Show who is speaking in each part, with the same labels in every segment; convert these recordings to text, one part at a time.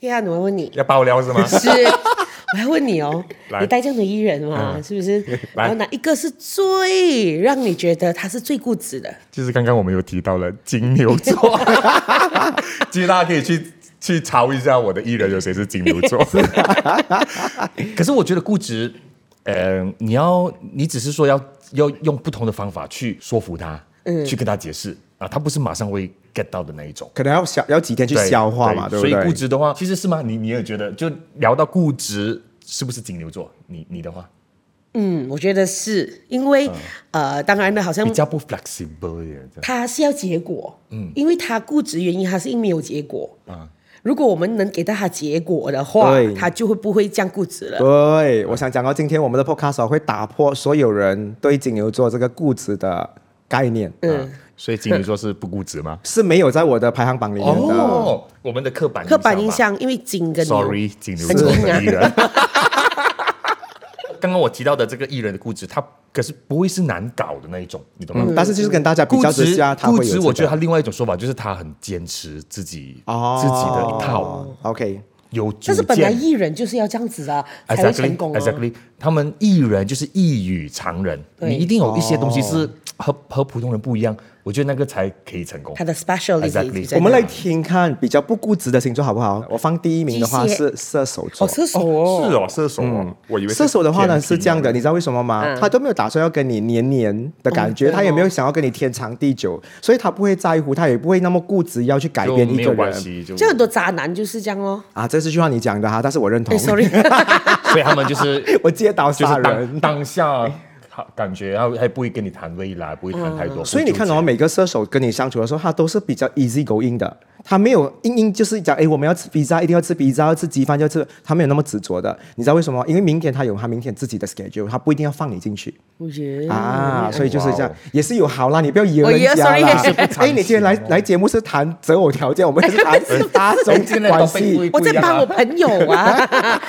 Speaker 1: 天啊，我还问 你，
Speaker 2: 要爆料是吗？
Speaker 1: 是，我还问你哦，
Speaker 2: 来
Speaker 1: 你带这样的艺人嘛，
Speaker 2: 嗯
Speaker 1: 是不是？
Speaker 2: 来
Speaker 1: 然后哪一个是最让你觉得他是最固执的？
Speaker 2: 就是刚刚我们有提到了金牛 座，其实大家可以去去查一下我的艺人有谁是金牛 座。
Speaker 3: 可是我觉得固执，呃，你要你只是说要要用不同的方法去说服他，
Speaker 4: 嗯
Speaker 3: 去跟他解释啊，他不是马上会 get 到的那一种。
Speaker 4: 可能要消要几天去
Speaker 3: 对
Speaker 4: 消化嘛，对
Speaker 3: 所以
Speaker 4: 不
Speaker 3: 固
Speaker 4: 对？
Speaker 3: 执的话，其实是吗？你你也觉得，就聊到固执，是不是金牛座？你你的话
Speaker 1: 嗯，我觉得是因为、呃，当然了，好像
Speaker 4: 嗯
Speaker 3: 比较不 flexible 一点，这样
Speaker 1: 他是要结果，嗯，因为他固执原因，他是因为没有结果啊。如果我们能给到他结果的话
Speaker 4: 对，
Speaker 1: 他就会不会这样固执了。
Speaker 4: 对，我想讲到今天我们的 podcast 哦会打破所有人对金牛座这个固执的概念，嗯，
Speaker 3: 啊所以金牛座是不固执吗？
Speaker 4: 是没有在我的排行榜里面的。
Speaker 3: 哦，我们的刻板
Speaker 1: 刻板印
Speaker 3: 吧
Speaker 1: 象，因为金跟牛
Speaker 3: ，sorry，金牛
Speaker 1: 很
Speaker 3: 座
Speaker 1: 硬啊
Speaker 3: 的艺人。刚刚我提到的这个艺人的固执，他可是不会是难搞的那一种，你懂吗？
Speaker 4: 嗯，但是就是跟大家比
Speaker 3: 固
Speaker 4: 较之
Speaker 3: 执
Speaker 4: 下，，他会
Speaker 3: 固
Speaker 4: 有这
Speaker 3: 执，
Speaker 4: 个
Speaker 3: 我觉得他另外一种说法就是他很坚持自己、
Speaker 4: 哦
Speaker 3: 自己的一套，
Speaker 4: OK，
Speaker 3: 有主
Speaker 1: 但是本来
Speaker 3: 见。
Speaker 1: 艺人就是要这样子啊，才会成
Speaker 3: exactly
Speaker 1: 功啊。
Speaker 3: exactly，他们艺人就是异于常人，
Speaker 1: 对
Speaker 3: 你一定有一些东西是和和普通人不一样，我觉得那个才可以成功
Speaker 1: 他。的 specialty
Speaker 3: Exactly
Speaker 1: 就在
Speaker 4: 我们
Speaker 1: 那
Speaker 4: 来听看比较不固执的星座好不好？我放第一名的话
Speaker 1: 巨蟹
Speaker 4: 是射手座
Speaker 1: 哦，。射手哦，
Speaker 2: 是哦，射手
Speaker 3: 嗯
Speaker 2: 哦，我以为
Speaker 4: 射手的话呢是这样
Speaker 2: 的。
Speaker 4: 的，你知道为什么吗？他都没有打算要跟你黏黏的感觉，
Speaker 1: 哦对哦
Speaker 4: 他也没有想要跟你天长地久，所以他不会在乎，他也不会那么固执要去改
Speaker 2: 就
Speaker 4: 变
Speaker 2: 没
Speaker 4: 一
Speaker 2: 有
Speaker 4: 个
Speaker 2: 关
Speaker 4: 人
Speaker 2: 系，就
Speaker 1: 就很多渣男就是这样哦。
Speaker 4: 啊。这是句话你讲的哈，但是我认 同
Speaker 1: 哎，，sorry，
Speaker 3: 所以他们就是
Speaker 4: 我接倒
Speaker 3: 就
Speaker 4: 杀
Speaker 3: 是
Speaker 4: 人
Speaker 3: 当。当下，他感觉他还不会跟你谈未来，不会谈太多。
Speaker 4: 所以你看
Speaker 3: 不纠
Speaker 4: 哦，
Speaker 3: 结
Speaker 4: 每个射手跟你相处的时候，他都是比较 easy going 的，他没有硬硬就是讲，哎，我们要吃 pizza，一定要吃 pizza，要吃鸡饭，要吃，他没有那么执着的。你知道为什么吗？因为明天他有他明天自己的 schedule，他不一定要放你进去
Speaker 1: 我觉得
Speaker 4: 啊，所以就是这
Speaker 3: 哇
Speaker 4: 样
Speaker 3: 哦，
Speaker 4: 也是有好啦，你不要以
Speaker 1: 哦
Speaker 4: 为人
Speaker 1: ，yeah，
Speaker 4: 家
Speaker 1: sorry
Speaker 4: 啦
Speaker 1: 是不。
Speaker 4: 哎，你今天来来节目是谈择偶条件，我们是谈大众
Speaker 3: 今天的
Speaker 4: 关
Speaker 3: topic 不一
Speaker 4: 系
Speaker 3: 样。
Speaker 1: 我在帮我朋友啊。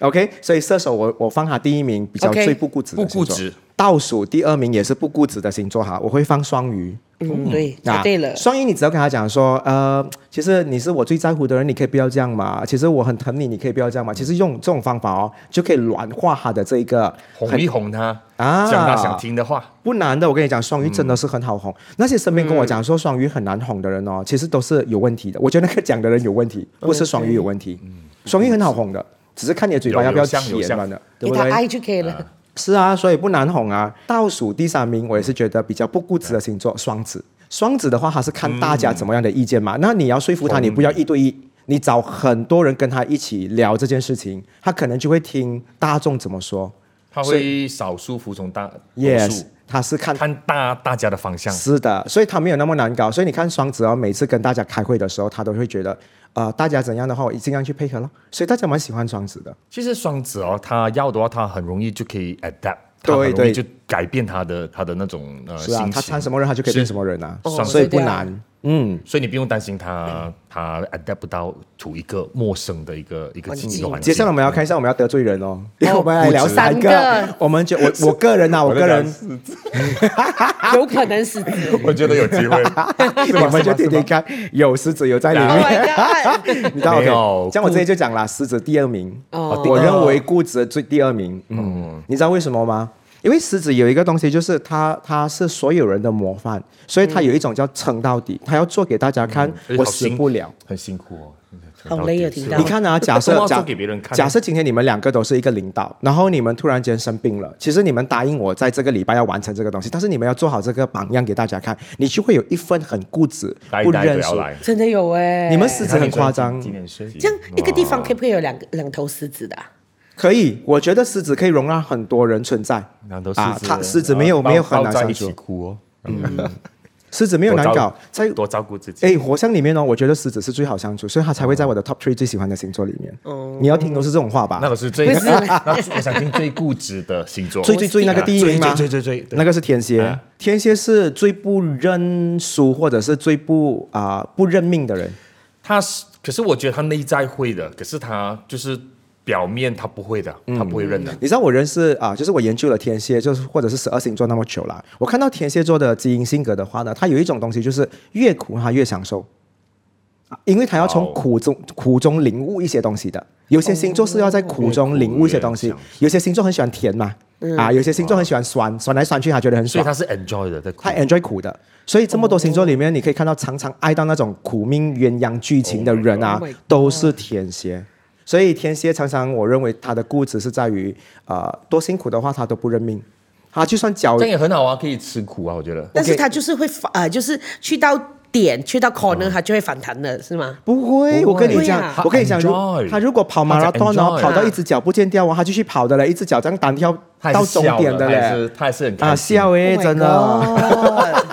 Speaker 4: OK，所以射手我我放他第一名，比较
Speaker 1: OK，
Speaker 4: 最不固执的
Speaker 3: 不固
Speaker 4: 星座
Speaker 3: 执。
Speaker 4: 倒数第二名也是不固执的星座哈，我会放双鱼。
Speaker 1: 嗯，对，
Speaker 4: 啊
Speaker 1: 答对了。
Speaker 4: 双鱼，你只要跟他讲说，呃，其实你是我最在乎的人，你可以不要这样嘛。其实我很疼你，你可以不要这样嘛。其实用这种方法哦，就可以软化他的这一个
Speaker 3: 哄一哄他，
Speaker 4: 啊
Speaker 3: 讲他想听的话。
Speaker 4: 不难的。我跟你讲，双鱼真的是很好哄。那些身边跟我讲说双鱼很难哄的人哦，其实都是有问题的。我觉得那个讲的人有问题，不是双鱼有问题。双鱼很好哄的，只是看你的嘴巴
Speaker 3: 有
Speaker 4: 要不要
Speaker 3: 有像有
Speaker 4: 甜
Speaker 3: 像
Speaker 4: 罢了，
Speaker 1: 给
Speaker 4: 对不
Speaker 1: 他
Speaker 4: 对？
Speaker 1: 爱就可以了。
Speaker 4: 是啊，所以不难哄啊。倒数第三名，我也是觉得比较不固执的星座，双子。双子的话，他是看大家怎么样的意见嘛。那你要说服他，你不要一对一，你找很多人跟他一起聊这件事情，他可能就会听大众怎么说。
Speaker 3: 他会少数服从大多
Speaker 4: Yes，
Speaker 3: 数，
Speaker 4: 他是看
Speaker 3: 看大大家的方向。
Speaker 4: 是的，所以他没有那么难搞。所以你看双子哦，每次跟大家开会的时候，他都会觉得，呃，大家怎样的话，我尽量去配合咯。所以大家蛮喜欢双子的。
Speaker 3: 其实双子哦，他要的话，他很容易就可以 adapt，他
Speaker 4: 对
Speaker 3: 很容易
Speaker 4: 对
Speaker 3: 就改变他的他的那种呃
Speaker 4: 是啊
Speaker 3: 心，
Speaker 4: 他
Speaker 3: 情，
Speaker 4: 穿什么人，他就可以变
Speaker 3: 是
Speaker 4: 什么人啊，
Speaker 1: 哦
Speaker 4: 所以不
Speaker 1: 对啊
Speaker 4: 难。嗯。
Speaker 3: 所以你不用担心他他 adapt 不到处一个陌生的一个一个
Speaker 1: 环境
Speaker 3: 一个环境。
Speaker 4: 哦接下来 我们要看一下我们要得罪人哦，因为我们来聊三
Speaker 1: 不止三个
Speaker 4: 个，我们就我我个人啊，我个人，啊
Speaker 1: 有可能是
Speaker 2: 我觉得有机 会。
Speaker 4: 你们就听听看，有狮子有在里
Speaker 1: Oh
Speaker 4: 面，
Speaker 1: my god！
Speaker 4: 你知道
Speaker 3: 没有
Speaker 4: OK，这样我直接就讲啦，狮子第二名，
Speaker 1: 哦
Speaker 4: 我认为固执的最第二名，嗯，你知道为什么吗？因为狮子有一个东西，就是它它是所有人的模范，所以它有一种叫撑到底，它要做给大家看，
Speaker 3: 而且
Speaker 4: 我
Speaker 3: 嗯好
Speaker 4: 死
Speaker 3: 辛
Speaker 4: 不了。
Speaker 3: 很辛苦哦，
Speaker 1: 好累啊听到
Speaker 4: 你看 啊，假
Speaker 3: 都
Speaker 4: 设
Speaker 3: 要做
Speaker 4: 假
Speaker 3: 给别人看
Speaker 4: 假设今天你们两个都是一个领导，然后你们突然间生病了，其实你们答应我在这个礼拜要完成这个东西，但是你们要做好这个榜样给大家看，你就会有一份很固执、
Speaker 3: 呆
Speaker 4: 不
Speaker 3: 呆
Speaker 4: 认
Speaker 3: 的要
Speaker 4: 输。
Speaker 3: 来。
Speaker 1: 真的有哎。
Speaker 4: 你们狮子很夸张
Speaker 3: 几，点睡？
Speaker 1: 这样一个地方可不可以有两个两头狮子的啊？
Speaker 4: 可以，我觉得狮子可以容纳很多人存在。
Speaker 3: 两头狮
Speaker 4: 啊
Speaker 3: 子，
Speaker 4: 他狮子没有
Speaker 3: 然后
Speaker 4: 没有
Speaker 3: 抱
Speaker 4: 很难
Speaker 3: 抱在
Speaker 4: 相
Speaker 3: 一起
Speaker 4: 处，
Speaker 3: 哭哦，
Speaker 4: 狮子没有难搞，在
Speaker 3: 多照顾自己。
Speaker 4: 哎，火象里面呢，我觉得狮子是最好相处，所以他才会在我的 top three 最喜欢的星座里面。你要听都是这种话吧？
Speaker 3: 嗯那个是最，
Speaker 1: 不是
Speaker 3: 那我想听最固执的星座。
Speaker 4: 最最最那个第一名吗？
Speaker 3: 最最最最对
Speaker 4: 那个是天蝎，
Speaker 3: 啊
Speaker 4: 天蝎是最不认输或者是最不啊、不认命的人。
Speaker 3: 他是，可是我觉得他内在会的，可是他就是表面他不会的，他不会认的。
Speaker 4: 你知道我认识啊、就是我研究了天蝎，就是或者是十二星座那么久了，我看到天蝎座的基因性格的话呢，它有一种东西就是越苦它越享受。因为他要从
Speaker 2: 哦
Speaker 4: 苦中苦中领悟一些东西的。有些星座是要在苦中领悟一些东西
Speaker 2: 苦越享，
Speaker 4: 有些星座很喜欢甜嘛，啊，有些星座很喜欢酸，酸来酸去他觉得很
Speaker 3: 所以他
Speaker 4: 爽，
Speaker 3: 是 enjoy 的，在哭
Speaker 4: 他 enjoy 苦的。所以这么多星座里面，你可以看到常常爱到那种苦命鸳鸯剧情的人啊
Speaker 1: Oh my god
Speaker 4: 都是天蝎。所以天蝎常常我认为他的固执是在于，呃，多辛苦的话他都不认命，他就算脚
Speaker 3: 这样也很好啊，可以吃苦啊，我觉得。
Speaker 1: 但是他就是会反，呃，就是去到点，去到
Speaker 4: 嗯
Speaker 1: corner，他就会反弹的，是吗？
Speaker 4: 不会，
Speaker 3: 不会
Speaker 4: 我跟你讲
Speaker 1: 啊，
Speaker 4: 我跟你讲，如
Speaker 3: 他 enjoy
Speaker 4: 他如果跑马拉
Speaker 3: 他
Speaker 4: 松
Speaker 3: 在
Speaker 4: 哦，
Speaker 3: enjoy
Speaker 4: 跑到一只脚不见掉哦，他就去跑的嘞，一只脚这样单挑
Speaker 3: 他也
Speaker 4: 到
Speaker 3: 是
Speaker 4: 终
Speaker 3: 笑
Speaker 4: 点
Speaker 3: 的
Speaker 4: 的
Speaker 3: 他也是
Speaker 4: 嘞。
Speaker 3: 他也是很开
Speaker 4: 啊，
Speaker 3: 心
Speaker 4: 笑诶，
Speaker 1: Oh my
Speaker 4: 真的，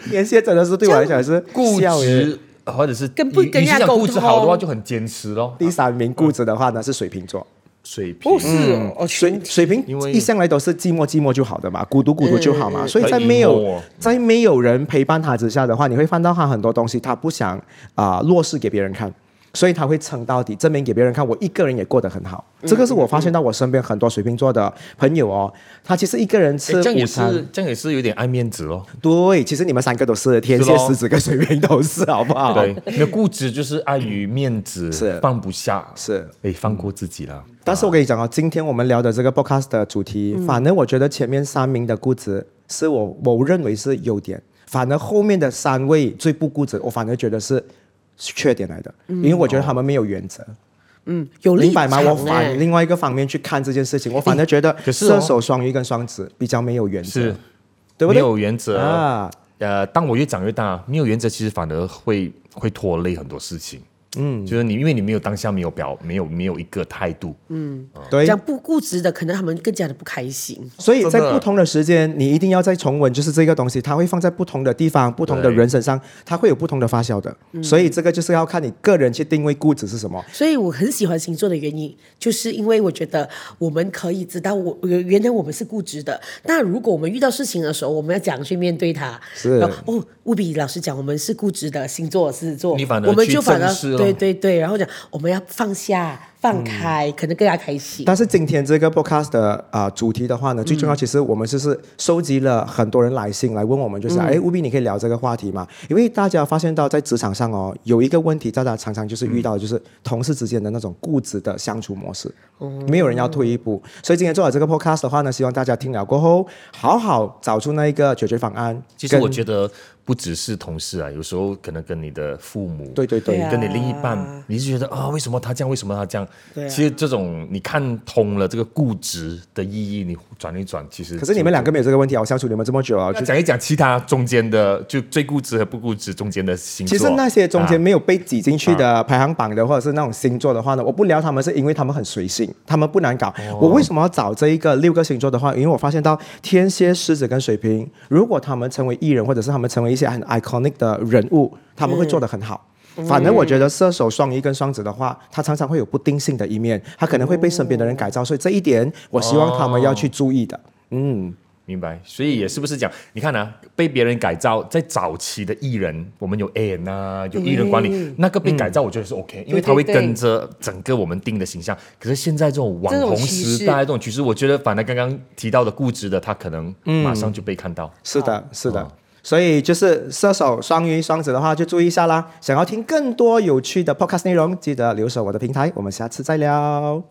Speaker 4: 天蝎真的是对我来讲是
Speaker 3: 固
Speaker 4: 笑诶。
Speaker 3: 执，或者是
Speaker 1: 跟不
Speaker 3: 与
Speaker 1: 跟人
Speaker 3: 与其
Speaker 1: 家
Speaker 3: 讲
Speaker 1: 沟
Speaker 3: 固执好的话，
Speaker 1: 通
Speaker 3: 就很坚持咯。
Speaker 4: 第三名固执的话呢是水瓶座，
Speaker 3: 水平嗯
Speaker 1: 哦，是哦，哦
Speaker 4: 水
Speaker 1: 去
Speaker 4: 水瓶
Speaker 3: 因为
Speaker 4: 一向来都是寂寞寂寞就好的嘛，孤独孤独就好嘛，所以在
Speaker 3: 很
Speaker 4: 没
Speaker 3: emo
Speaker 4: 有
Speaker 3: 哦
Speaker 4: 在没有人陪伴他之下的话，你会看到他很多东西他不想啊、落实给别人看。所以他会撑到底，证明给别人看，我一个人也过得很好。
Speaker 3: 嗯
Speaker 4: 这个是我发现到我身边很多水瓶座的朋友哦，他其实一个人吃
Speaker 3: 诶这样也
Speaker 4: 午餐
Speaker 3: 是，这样也是有点爱面子咯。
Speaker 4: 对，其实你们三个都是天蝎、
Speaker 3: 是咯
Speaker 4: 狮子跟水瓶都是，好不
Speaker 1: 啊
Speaker 4: 好？
Speaker 3: 对，你的固执就是碍于面子，
Speaker 4: 是
Speaker 3: 放不下，
Speaker 4: 是
Speaker 3: 哎，放过自己了。
Speaker 4: 但是我跟你讲哦，今天我们聊的这个 podcast 的主题，
Speaker 3: 嗯
Speaker 4: 反而我觉得前面三名的固执是我我认为是优点，反而后面的三位最不固执，我反而觉得是缺点来的，
Speaker 3: 嗯
Speaker 4: 因为我觉得他们没有原则，
Speaker 3: 哦
Speaker 1: 嗯，有立
Speaker 4: 明白
Speaker 1: 场
Speaker 4: 吗？我反
Speaker 1: 哎
Speaker 4: 另外一个方面去看这件事情，我反而觉得
Speaker 3: 可是哦
Speaker 4: 射手、双鱼跟双子比较没有原则
Speaker 3: 是，
Speaker 4: 对不
Speaker 3: 没
Speaker 4: 对？
Speaker 3: 有原则。
Speaker 4: 啊，
Speaker 3: 呃，当我越长越大，没有原则，其实反而会会拖累很多事情。嗯，就是你，因为你没有当下没有表，没有没有一个态度。
Speaker 4: 对
Speaker 1: 这，样不固执的，可能他们更加的不开心。
Speaker 4: 所以在
Speaker 3: 真的
Speaker 4: 不同的时间，你一定要再重温，就是这个东西，它会放在不同的地方、不同的人身上，它会有不同的发酵的。
Speaker 3: 嗯
Speaker 4: 所以这个就是要看你个人去定位固执是什么。
Speaker 1: 所以我很喜欢星座的原因，就是因为我觉得我们可以知道我原原来我们是固执的。那如果我们遇到事情的时候，我们要怎样去面对它？
Speaker 4: 是
Speaker 1: 然后哦，乌比老师讲我们是固执的星座狮子座，
Speaker 3: 你反而
Speaker 1: 我们
Speaker 3: 去
Speaker 1: 就反而
Speaker 3: 正视咯
Speaker 1: 对对对，然后讲我们要放下放
Speaker 3: 嗯
Speaker 1: 开，可能更加开心。
Speaker 4: 但是今天这个 podcast 的啊、呃主题的话呢，最
Speaker 3: 嗯
Speaker 4: 重要其实我们就是收集了很多人来信来问我们，
Speaker 3: 嗯
Speaker 4: 就是哎，务必你可以聊这个话题嘛？因为大家发现到在职场上哦，有一个问题，大家常常就是遇到的就是同事之间的那种固执的相处模式，
Speaker 3: 哦
Speaker 4: 没有人要退一步。所以今天做了这个 podcast 的话呢，希望大家听了过后，好好找出那一个解决方案。
Speaker 3: 其实
Speaker 4: 跟
Speaker 3: 我觉得不只是同事啊，有时候可能跟你的父母，
Speaker 4: 对 对对
Speaker 1: 对啊
Speaker 3: 跟你另一半，你是觉得啊，为什么他这样，为什么他这样？
Speaker 1: 对啊
Speaker 3: 其实这种你看通了这个固执的意义，你转一转，其实
Speaker 4: 可是你们两个没有这个问题啊，我相处你们这么久啊，
Speaker 3: 那
Speaker 4: 就
Speaker 3: 讲一讲其他中间的，就最固执和不固执中间的星座。
Speaker 4: 其实那些中间
Speaker 3: 啊
Speaker 4: 没有被挤进去的排行榜的，或者是那种星座的话呢，我不聊他们，是因为他们很随性，他们不难搞。
Speaker 3: 哦
Speaker 4: 我为什么要找这一个六个星座的话？因为我发现到天蝎、狮子跟水瓶，如果他们成为艺人，或者是他们成为一些很 iconic 的人物，他们会做得很好。反正我觉得射手、双鱼跟双子的话，他常常会有不定性的一面，他可能会被身边的人改造，所以这一点我希望他们要去注意的。嗯，
Speaker 3: 明白，所以也是不是讲，你看啊，被别人改造，在早期的艺人，我们有 A N 啊，有艺人管理，那个被
Speaker 4: 嗯
Speaker 3: 改造，我觉得是 OK，、因为他会跟着整个我们定的形象。可是现在这种网
Speaker 1: 这种
Speaker 3: 红
Speaker 1: 趋势
Speaker 3: 时代，这种趋势，我觉得反而刚刚提到的固执的，他可能马
Speaker 4: 嗯
Speaker 3: 上就被看到。
Speaker 4: 是的，是的。所以就是射手、双鱼、双子的话，就注意一下啦。想要听更多有趣的 podcast 内容，记得留守我的平台。我们下次再聊。